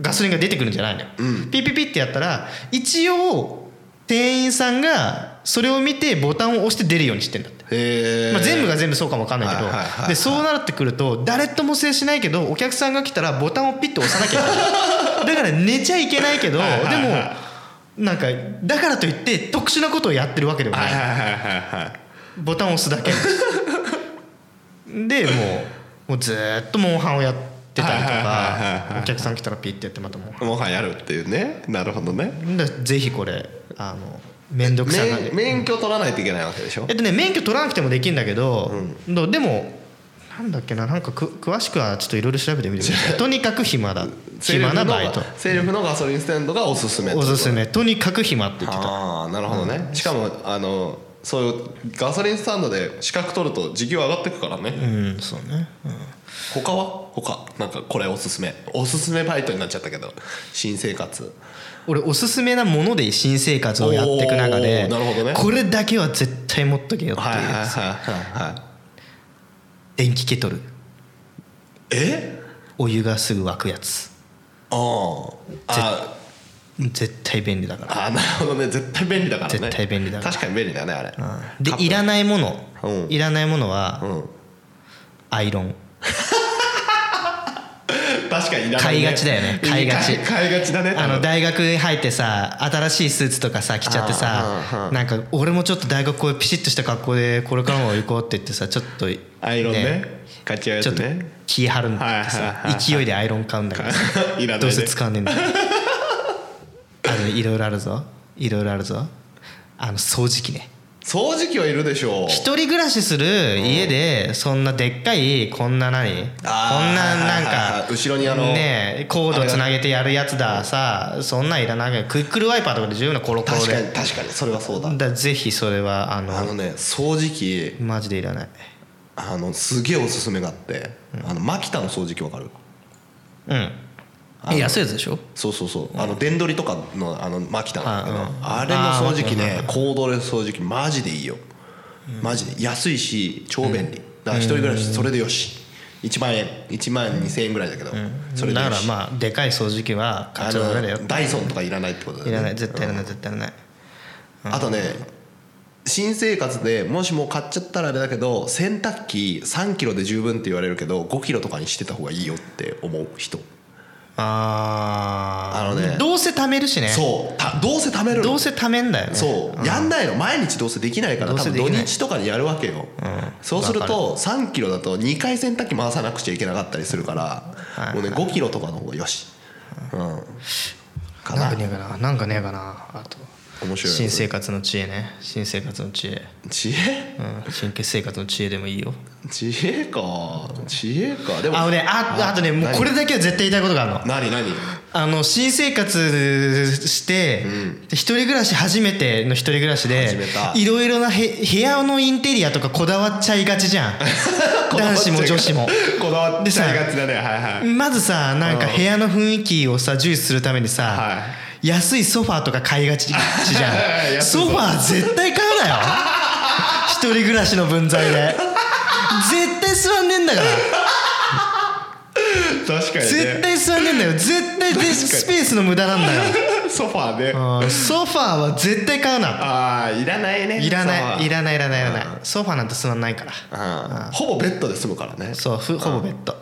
[SPEAKER 1] ガソリンが出てくるんじゃないのよ、
[SPEAKER 2] うん
[SPEAKER 1] ピッピッピッってやったら一応店員さんがそれを見てボタンを押して出るようにしてんだって。
[SPEAKER 2] へえ
[SPEAKER 1] まあ、全部が全部そうかもわかんないけど、
[SPEAKER 2] はいはいはいはい
[SPEAKER 1] でそうなってくると誰とも制しないけどお客さんが来たらボタンをピッと押さなきゃいけない だから寝ちゃいけないけど
[SPEAKER 2] はいはいはい
[SPEAKER 1] でもなんかだからといって特殊なことをやってるわけでも
[SPEAKER 2] はい
[SPEAKER 1] ない
[SPEAKER 2] はいはいはいはい
[SPEAKER 1] ボタンを押すだけでもうもうずーっとモンハンをやってたりと
[SPEAKER 2] はいはいはいはいは
[SPEAKER 1] か
[SPEAKER 2] い
[SPEAKER 1] お客さん来たらピッてやってまたモンハ
[SPEAKER 2] もはやるっていうねなるほどね
[SPEAKER 1] ンだからぜひこれあの面倒くさがり
[SPEAKER 2] 免免許取らないといけないわけでしょ
[SPEAKER 1] えっとね免許取らなくてもできるんだけど、どうでもなんだっけななんかく詳しくはちょっといろいろ調べてみてくださいとにかく暇だ暇なバイト
[SPEAKER 2] セルフのガソリンスタンドがおすすめ
[SPEAKER 1] おすすめとにかく暇って言ってた
[SPEAKER 2] ああなるほどね、しかもあのそういうガソリンスタンドで資格取ると時給上がってくからね、
[SPEAKER 1] うんそうね、うん
[SPEAKER 2] 他は他なんかこれおすすめおすすめバイトになっちゃったけど新生活
[SPEAKER 1] 俺おすすめなもので新生活をやっていく中で
[SPEAKER 2] おーなるほどね
[SPEAKER 1] これだけは絶対持っとけよっていう
[SPEAKER 2] はいはいはい
[SPEAKER 1] やつ
[SPEAKER 2] はいはい
[SPEAKER 1] 電気ケトル
[SPEAKER 2] え
[SPEAKER 1] お湯がすぐ沸くやつ
[SPEAKER 2] あーあ
[SPEAKER 1] 絶対便利だから
[SPEAKER 2] あーなるほどね絶対便利だからね
[SPEAKER 1] 絶対便利だから
[SPEAKER 2] 確かに便利だねあれ、
[SPEAKER 1] でいらないもの、
[SPEAKER 2] うん
[SPEAKER 1] いらないものは、
[SPEAKER 2] うん
[SPEAKER 1] アイロン
[SPEAKER 2] 確かにいらない、
[SPEAKER 1] 買いがちだよね買いがち
[SPEAKER 2] 買買いがちだね
[SPEAKER 1] あの大学入ってさ新しいスーツとかさ着ちゃっ
[SPEAKER 2] う
[SPEAKER 1] て
[SPEAKER 2] んうん
[SPEAKER 1] さ
[SPEAKER 2] うん
[SPEAKER 1] なんか俺もちょっと大学こういうピシッとした格好でこれからも行こうって言ってさちょっと
[SPEAKER 2] アイロンね買っちゃうや
[SPEAKER 1] ちょ
[SPEAKER 2] つ
[SPEAKER 1] っと
[SPEAKER 2] ね
[SPEAKER 1] 気張るんだって
[SPEAKER 2] はいはいはい
[SPEAKER 1] さ
[SPEAKER 2] はい
[SPEAKER 1] 勢いでアイロン買うんだけどさ
[SPEAKER 2] いらないね
[SPEAKER 1] どうせ使わねえんだよあのいろいろあるぞいろいろあるぞあの掃除機ね
[SPEAKER 2] 掃除機はいるでしょう
[SPEAKER 1] 一人暮らしする家でそんなでっかいこんな何こん
[SPEAKER 2] あー
[SPEAKER 1] な
[SPEAKER 2] は
[SPEAKER 1] なん
[SPEAKER 2] いはい
[SPEAKER 1] か
[SPEAKER 2] はい後ろにあの
[SPEAKER 1] ねえコードつなげてやるやつださそんなんいらないけどクイックルワイパーとかで十分なコロコロ
[SPEAKER 2] 確か
[SPEAKER 1] で
[SPEAKER 2] に確かにそれはそうだ
[SPEAKER 1] だからぜひそれはあ
[SPEAKER 2] あの
[SPEAKER 1] の
[SPEAKER 2] ね掃除機
[SPEAKER 1] マジでいらない
[SPEAKER 2] あのすげえおすすめがあってあのマキタの掃除機わかる
[SPEAKER 1] うん安いやつでしょ
[SPEAKER 2] そうそうそうあの電取りとかのあのマキタなんだけど
[SPEAKER 1] あうん
[SPEAKER 2] あれの掃除機
[SPEAKER 1] あ
[SPEAKER 2] ねコードレス掃除機マジでいいよマジで安いし超便利だから一人暮らしそれでよし1万円1万2000円ぐらいだけどそれで
[SPEAKER 1] だか
[SPEAKER 2] よ
[SPEAKER 1] ら
[SPEAKER 2] し
[SPEAKER 1] まあでかい掃除機は買っ
[SPEAKER 2] あ
[SPEAKER 1] ちゃダメだよ
[SPEAKER 2] のダイソンとかいらないってことだよ
[SPEAKER 1] い
[SPEAKER 2] ね
[SPEAKER 1] らない絶対いらない絶対いらない
[SPEAKER 2] あとね新生活でもしもう買っちゃったらあれだけど洗濯機3キロで十分って言われるけど5キロとかにしてた方がいいよって思う人
[SPEAKER 1] あー
[SPEAKER 2] あのね
[SPEAKER 1] どうせ貯めるしね
[SPEAKER 2] そうたどうせ貯めるの
[SPEAKER 1] どうせ貯めんだよね
[SPEAKER 2] そう、やんないの毎日どうせできないから
[SPEAKER 1] どう
[SPEAKER 2] 多
[SPEAKER 1] せ
[SPEAKER 2] 分
[SPEAKER 1] でき
[SPEAKER 2] 土
[SPEAKER 1] ない
[SPEAKER 2] 日とかにやるわけよ、そうすると3キロだと2回洗濯機回さなくちゃいけなかったりするから、
[SPEAKER 1] はい
[SPEAKER 2] もうね5キロとかの方がよし、うん、か
[SPEAKER 1] なん
[SPEAKER 2] な
[SPEAKER 1] かねえかななんかねえかなあと
[SPEAKER 2] 面白い
[SPEAKER 1] 新生活の知恵ね新生活の知恵、
[SPEAKER 2] 知恵
[SPEAKER 1] うん、新生活の知恵でもいいよ
[SPEAKER 2] 知恵か知恵かでも
[SPEAKER 1] あのねああとねもうこれだけは絶対言いたいことがあるの
[SPEAKER 2] 何何
[SPEAKER 1] あの新生活して、一人暮らし初めての一人暮ら
[SPEAKER 2] 初
[SPEAKER 1] しで
[SPEAKER 2] めた
[SPEAKER 1] いろいろなへ部屋のインテリアとかこだわっちゃいがち じゃん男子も女子も
[SPEAKER 2] こだわっ
[SPEAKER 1] で
[SPEAKER 2] ち
[SPEAKER 1] さ
[SPEAKER 2] ゃいがちだねはいはい
[SPEAKER 1] まずさなんか部屋の雰囲気をさ重視するためにさ、
[SPEAKER 2] は
[SPEAKER 1] 安いソファーとか買いがちじゃん
[SPEAKER 2] 安いソ
[SPEAKER 1] ソ
[SPEAKER 2] フ
[SPEAKER 1] ファー絶対買うなよ一人暮らしの分際で絶対座んねえんだから
[SPEAKER 2] 確かにね
[SPEAKER 1] 絶対座んねえんだよ絶対でスペースの無駄なんだよ
[SPEAKER 2] ソファーで、
[SPEAKER 1] うんソファーは絶対買うな
[SPEAKER 2] ああいらないね
[SPEAKER 1] いらないい
[SPEAKER 2] ら
[SPEAKER 1] らないいらないいらないソファーなんて座んないから
[SPEAKER 2] ほぼベッドで済むからね
[SPEAKER 1] そうふほぼベッド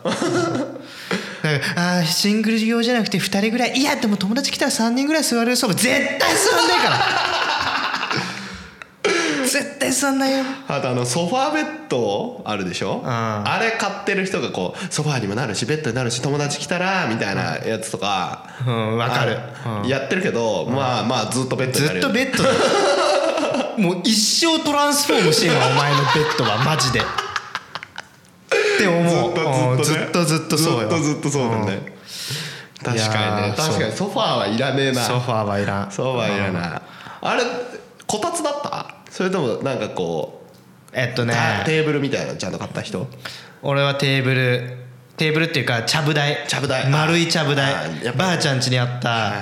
[SPEAKER 1] なんかあーシングル用じゃなくて2人ぐらいいやでも友達来たら3人ぐらい座れるソファ絶対座んないから 絶対座んないよ
[SPEAKER 2] あとあのソファーベッドあるでしょあれ買ってる人がこうソファーにもなるしベッドになるし友達来たらみたいなやつとか
[SPEAKER 1] うんわかる
[SPEAKER 2] あるやってるけどまあまあずっとベッドに
[SPEAKER 1] ず
[SPEAKER 2] なる
[SPEAKER 1] っ
[SPEAKER 2] よ
[SPEAKER 1] とベッドだもう一生トランスフォームしてるわお前のベッドはマジでって思ううん
[SPEAKER 2] ず
[SPEAKER 1] ず
[SPEAKER 2] っ
[SPEAKER 1] っ
[SPEAKER 2] と
[SPEAKER 1] と
[SPEAKER 2] ずっ
[SPEAKER 1] ずっ
[SPEAKER 2] と
[SPEAKER 1] と
[SPEAKER 2] ね
[SPEAKER 1] そう
[SPEAKER 2] ず
[SPEAKER 1] よ
[SPEAKER 2] っとずっとそうだね確かに
[SPEAKER 1] いや
[SPEAKER 2] ね
[SPEAKER 1] ー
[SPEAKER 2] 確かにソファーはいらねえな
[SPEAKER 1] ソファーはいらん
[SPEAKER 2] ソファーいらないあれこたつだったそれともなんかこう
[SPEAKER 1] えっとね
[SPEAKER 2] たテーブルみたいなのちゃんと買った人
[SPEAKER 1] 俺はテーブルテーブルっていうかちゃぶ台
[SPEAKER 2] ちゃぶ台
[SPEAKER 1] 丸いちゃぶ
[SPEAKER 2] あ
[SPEAKER 1] 台
[SPEAKER 2] ーやっぱ
[SPEAKER 1] ばあちゃん家にあった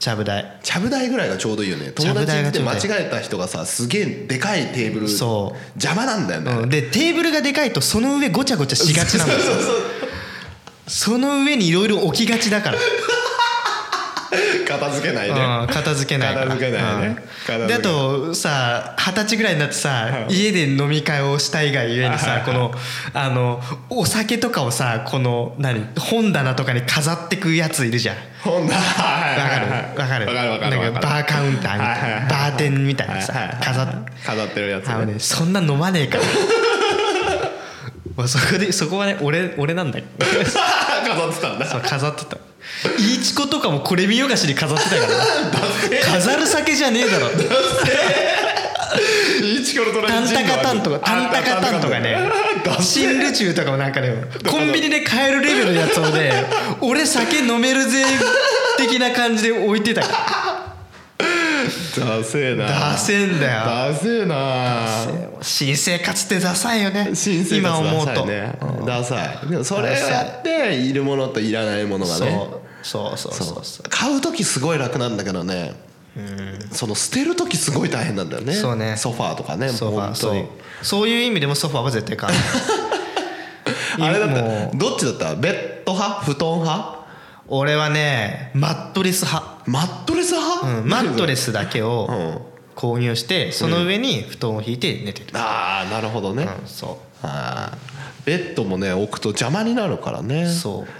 [SPEAKER 1] ちゃぶ台
[SPEAKER 2] ちゃぶ台ぐらいがちょうどいいよね友
[SPEAKER 1] ちゃぶ
[SPEAKER 2] 達
[SPEAKER 1] 台
[SPEAKER 2] に
[SPEAKER 1] が
[SPEAKER 2] て
[SPEAKER 1] ちょうど
[SPEAKER 2] 間
[SPEAKER 1] いい
[SPEAKER 2] 違えた人がさすげえでかいテーブル
[SPEAKER 1] そう
[SPEAKER 2] 邪魔なんだよね、
[SPEAKER 1] うんでテーブルがでかいとその上ごちゃごちゃしがちなんです よ
[SPEAKER 2] そうそう
[SPEAKER 1] その上にいろいろ置きがちだから
[SPEAKER 2] そう片付けないね
[SPEAKER 1] うん片付けないから
[SPEAKER 2] 片付けないね片
[SPEAKER 1] う
[SPEAKER 2] 付けなんい
[SPEAKER 1] であとさ二十歳ぐらいになってさ家で飲み会をしたいがゆえにさこのあのお酒とかをさこの何本棚とかに飾ってくやついるじゃん
[SPEAKER 2] ほんだわ
[SPEAKER 1] わか
[SPEAKER 2] か
[SPEAKER 1] るわかる
[SPEAKER 2] わかるわかる
[SPEAKER 1] なんかバーカウンターみ
[SPEAKER 2] はい
[SPEAKER 1] た
[SPEAKER 2] はいいは
[SPEAKER 1] ないバーテンみたいな
[SPEAKER 2] はいはい
[SPEAKER 1] さ
[SPEAKER 2] はい
[SPEAKER 1] 飾って
[SPEAKER 2] 飾ってるやつ
[SPEAKER 1] あの
[SPEAKER 2] ね
[SPEAKER 1] ねそんな飲まねえからまあそこでそこはね俺俺なんだよ
[SPEAKER 2] 飾ってたんだ
[SPEAKER 1] そう飾ってたいいちことかもこれ見よがしに飾ってたから飾る酒じゃねえだろ
[SPEAKER 2] い一からドラ
[SPEAKER 1] タン
[SPEAKER 2] ジ
[SPEAKER 1] タ
[SPEAKER 2] ンの
[SPEAKER 1] カ
[SPEAKER 2] 味
[SPEAKER 1] タンとかタンタカタンとかね
[SPEAKER 2] ダメ
[SPEAKER 1] シンルチューとかもなんかねコンビニで買えるレベルのやつを ね俺酒飲めるぜ的な感じで置いてたから
[SPEAKER 2] ダセえな
[SPEAKER 1] ダセんだよ
[SPEAKER 2] ダセえな
[SPEAKER 1] 新生活ってダサいよね
[SPEAKER 2] 新生活
[SPEAKER 1] 今思うと、
[SPEAKER 2] ダサいねダサいでもそれを
[SPEAKER 1] ダサい
[SPEAKER 2] やっているものといらないものがね
[SPEAKER 1] そうそうそうそうそう
[SPEAKER 2] 買う時すごい楽なんだけどねその捨てる時すごい大変なんだよね
[SPEAKER 1] そうね
[SPEAKER 2] ソファーとかね
[SPEAKER 1] ソファー
[SPEAKER 2] 本
[SPEAKER 1] そ
[SPEAKER 2] 当
[SPEAKER 1] う
[SPEAKER 2] に
[SPEAKER 1] そういう意味でもソファーは絶対買わな い
[SPEAKER 2] あれだっ
[SPEAKER 1] も
[SPEAKER 2] たどっちだったベッド派布団派
[SPEAKER 1] 俺はねマットレス派、
[SPEAKER 2] マットレス派
[SPEAKER 1] うん、マットレ
[SPEAKER 2] ス
[SPEAKER 1] スだけ
[SPEAKER 2] う
[SPEAKER 1] を
[SPEAKER 2] ん
[SPEAKER 1] 購入してその上に布団を引いて寝てる、
[SPEAKER 2] ああなるほどね
[SPEAKER 1] うんそ
[SPEAKER 2] あーベッドもね置くと邪魔になるからね
[SPEAKER 1] うそう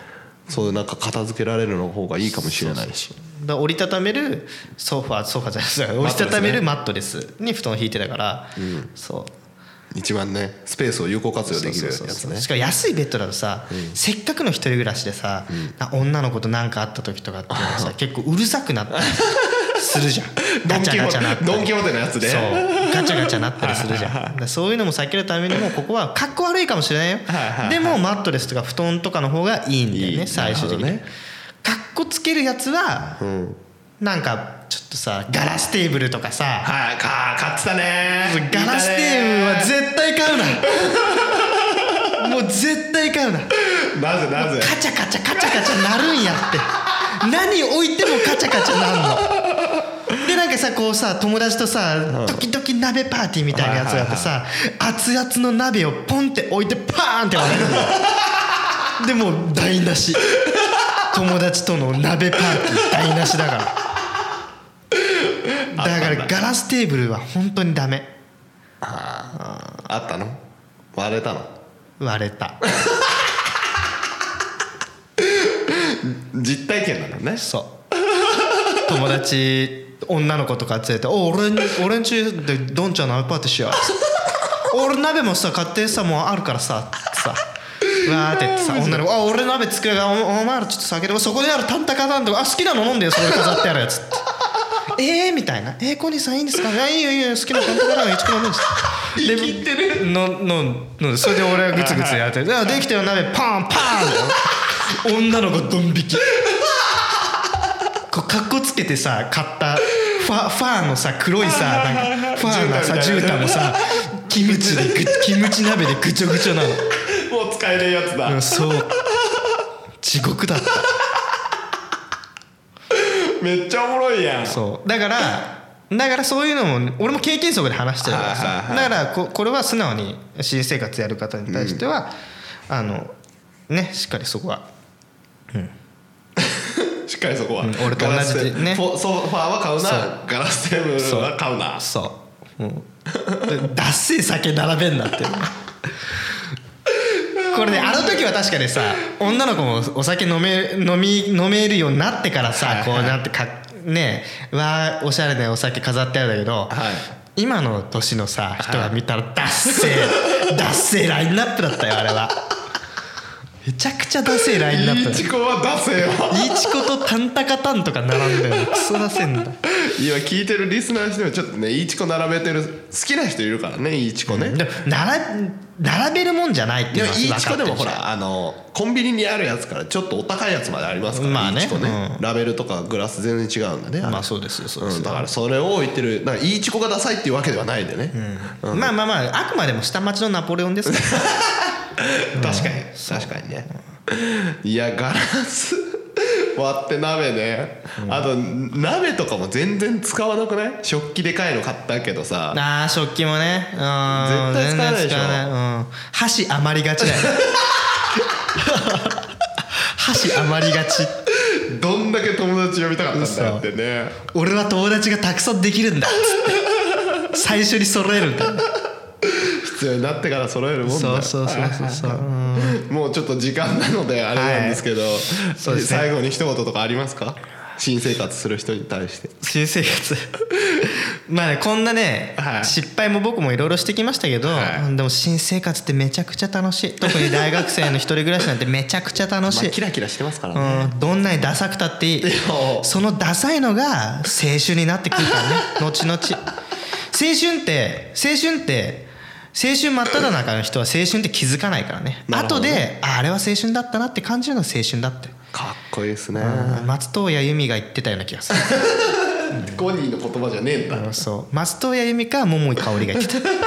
[SPEAKER 2] そういうなんか片付けられるの方がいいかもしれないし
[SPEAKER 1] だから折りたためるソファーソファーじゃないです折りたためるマットレスに布団を引いてたから、そう
[SPEAKER 2] 一番ねスペースを有効活用できるやつ
[SPEAKER 1] そうそうそう
[SPEAKER 2] ね
[SPEAKER 1] しかも安いベッドだとさ、せっかくの一人暮らしでさ、な女の子と何かあった時とかっていうのはさ結構うるさくなったりするじゃんガチャガチャなったり
[SPEAKER 2] ドンキホーテのやつね
[SPEAKER 1] そうガチャガチャなったりするじゃんだからそういうのも避けるためにもここはかっこ悪いかもしれないよ
[SPEAKER 2] はいはいはい
[SPEAKER 1] でもマットレスとか布団とかの方がいいんだよ
[SPEAKER 2] い
[SPEAKER 1] ね
[SPEAKER 2] い
[SPEAKER 1] 最終的に
[SPEAKER 2] なる
[SPEAKER 1] ね
[SPEAKER 2] ほどね
[SPEAKER 1] かっこつけるやつは
[SPEAKER 2] うん
[SPEAKER 1] なんかちょっとさガラステーブルとかさ
[SPEAKER 2] はいか買ってたね
[SPEAKER 1] ガラステーブルは絶対買う なもう絶対買うな
[SPEAKER 2] ブなぜなぜ
[SPEAKER 1] カチャカチャカチャカチャなるんやって何置いてもカチャカチャなんのでなんかさこうさ友達とさ時々鍋パーティーみたいなやつがあってさ熱々の鍋をポンって置いてパーンって割れるのでもう台無し友達との鍋パーティー台無しだからだからガラステーブルは本当にダメ
[SPEAKER 2] あったの割れたの
[SPEAKER 1] 割れた
[SPEAKER 2] 実体験なのね
[SPEAKER 1] そう友達女の子とか連れて「お俺ん俺んちでどんちゃんの鍋パーティーしよう」俺鍋もさ買ってさもうあるからさ」ってさわーって言ってさ女の子「あ俺鍋作るからおお前らちょっと酒でもそこでやるタンタカタンとかあ好きなの飲んでよそこで飾ってあるやつ」って「えー」みたいな「えー、コニーさんいいんですか?」「いやいいよいいよ好きなタンタカタンが一番飲んでさ」
[SPEAKER 2] 生
[SPEAKER 1] で
[SPEAKER 2] きてる
[SPEAKER 1] のののそれで俺はグツグツやって「あできたよ鍋パンパン」女の子ドン引きこうかっこつけてさ買ったファファーのさ黒いさなんかファーのさ
[SPEAKER 2] 絨
[SPEAKER 1] 絨毯もさキムチでぐキムチ鍋でぐちょぐちょなの
[SPEAKER 2] もう使えないやつだ
[SPEAKER 1] でもそう地獄だった
[SPEAKER 2] めっちゃおもろいやん
[SPEAKER 1] そうだからだからそういうのも俺も経験則で話してるから
[SPEAKER 2] はい
[SPEAKER 1] さ
[SPEAKER 2] はいは
[SPEAKER 1] だからここれは素直に新生活やる方に対しては、あのねしっかりそこは
[SPEAKER 2] しっかりそこは
[SPEAKER 1] ん俺と同
[SPEAKER 2] ガ
[SPEAKER 1] じで
[SPEAKER 2] ラステーブル
[SPEAKER 1] ね
[SPEAKER 2] フォソファーは買う
[SPEAKER 1] そう
[SPEAKER 2] なガラステーブルは買うな
[SPEAKER 1] そうもうダッセー酒並べんなって これねあの時は確かにさ女の子もお酒飲め飲み飲めるようになってからさこうなんてかねわあおしゃれなお酒飾ってあるんだけど、
[SPEAKER 2] はい
[SPEAKER 1] 今の年のさ人が見たらダッセ ーダッセーラインナップだったよあれはめちゃくちゃダッセーラインナップ
[SPEAKER 2] い
[SPEAKER 1] だ
[SPEAKER 2] い
[SPEAKER 1] った
[SPEAKER 2] チコは出せよ
[SPEAKER 1] いちことタンタカタンとか並んで るのクソダセーんだ
[SPEAKER 2] 今聞いてるリスナーの人もちょっとねいいチコ並べてる好きな人いるからねいいチコね
[SPEAKER 1] でも並並べるもんじゃないって
[SPEAKER 2] で
[SPEAKER 1] いう
[SPEAKER 2] も
[SPEAKER 1] のはい
[SPEAKER 2] い
[SPEAKER 1] 分
[SPEAKER 2] チ
[SPEAKER 1] かっ
[SPEAKER 2] コで
[SPEAKER 1] てる
[SPEAKER 2] もほらあのコンビニにあるやつからちょっとお高いやつまでありますから
[SPEAKER 1] まあね
[SPEAKER 2] いいチコね、
[SPEAKER 1] う
[SPEAKER 2] ラベルとかグラス全然違うんだねれ
[SPEAKER 1] まあそうですよそう
[SPEAKER 2] う
[SPEAKER 1] ですよ
[SPEAKER 2] ん、だからそれを置いてるだからいいチコがダサいっていうわけではないんでね、
[SPEAKER 1] まあまあまああくまでも下町のナポレオンですから
[SPEAKER 2] 確かに確かにねいやガラス割って鍋ね、あと鍋とかも全然使わなくない食器でかいの買ったけどさ
[SPEAKER 1] あー食器もねうん
[SPEAKER 2] 絶対使わないでしょ
[SPEAKER 1] 全然使わないうん箸余りがちだ よね箸余りがち
[SPEAKER 2] どんだけ友達呼びたかったんだよってね
[SPEAKER 1] 俺は友達がたくさんできる んだっつって最初に揃えるんだよね
[SPEAKER 2] 必要になってから揃えるもんだ
[SPEAKER 1] そ
[SPEAKER 2] よ
[SPEAKER 1] うそうそうそうそううん
[SPEAKER 2] もうちょっと時間なのであれなんですけど、
[SPEAKER 1] そうですね
[SPEAKER 2] 最後に一言とかありますか新生活する人に対して
[SPEAKER 1] 新生活 まあねこんなね、
[SPEAKER 2] はい
[SPEAKER 1] 失敗も僕もいろいろしてきましたけど、
[SPEAKER 2] は
[SPEAKER 1] でも新生活ってめちゃくちゃ楽しい特に大学生の一人暮らしなんてめちゃくちゃ楽
[SPEAKER 2] ま
[SPEAKER 1] し
[SPEAKER 2] あ
[SPEAKER 1] い、
[SPEAKER 2] キラキラしてますからね、
[SPEAKER 1] うん、どんなにダサくたっていい
[SPEAKER 2] や
[SPEAKER 1] そのダサいのが青春になってくるからね後々春って青春って青春真っ只中の人は青春って気づかないからね
[SPEAKER 2] なるほど
[SPEAKER 1] 後
[SPEAKER 2] ね
[SPEAKER 1] でああれは青春だったなって感じるのが青春だって
[SPEAKER 2] かっこいいですね
[SPEAKER 1] 松任谷由実が言ってたような気が する
[SPEAKER 2] ゴニーの言葉じゃねえんだ
[SPEAKER 1] うんそう松任谷由実か桃井かおりが言 ってた、はい、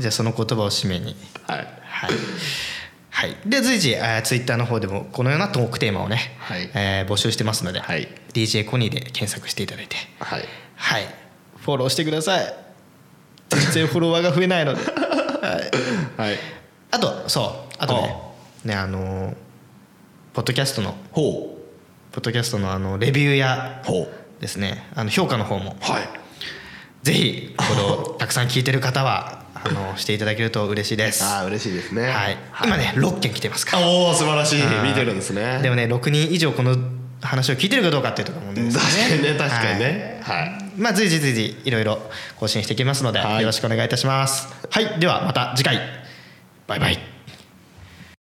[SPEAKER 1] じゃあその言葉を締めに
[SPEAKER 2] はい
[SPEAKER 1] はい、はい、で随時、えー、ツイッターの方でもこのようなトークテーマをね、
[SPEAKER 2] はい
[SPEAKER 1] えー募集してますので、
[SPEAKER 2] はい
[SPEAKER 1] DJ コニーで検索していただいて
[SPEAKER 2] はい
[SPEAKER 1] はいフォローしてください全然フォロワーが増え ないのではい
[SPEAKER 2] はい
[SPEAKER 1] あとそうあとねねあのーポッドキャストの
[SPEAKER 2] ほ
[SPEAKER 1] ポッドキャストのあのレビューや
[SPEAKER 2] うほう
[SPEAKER 1] ですねあの評価の方も
[SPEAKER 2] はい
[SPEAKER 1] ぜひこれをたくさん聞いてる方はあのしていただけると嬉しいです、
[SPEAKER 2] あ
[SPEAKER 1] は
[SPEAKER 2] あ嬉しいですね
[SPEAKER 1] い今ね6件来てますから
[SPEAKER 2] おお素晴らしい
[SPEAKER 1] はい
[SPEAKER 2] 見てるんですね
[SPEAKER 1] でもね6人以上この話を聞いてるかどうかっていうところもね
[SPEAKER 2] 確かにね確かにねはい
[SPEAKER 1] まあ随時随時いろいろ更新していきますので
[SPEAKER 2] はい
[SPEAKER 1] よろしくお願いいたしますはいではまた次回バイバイ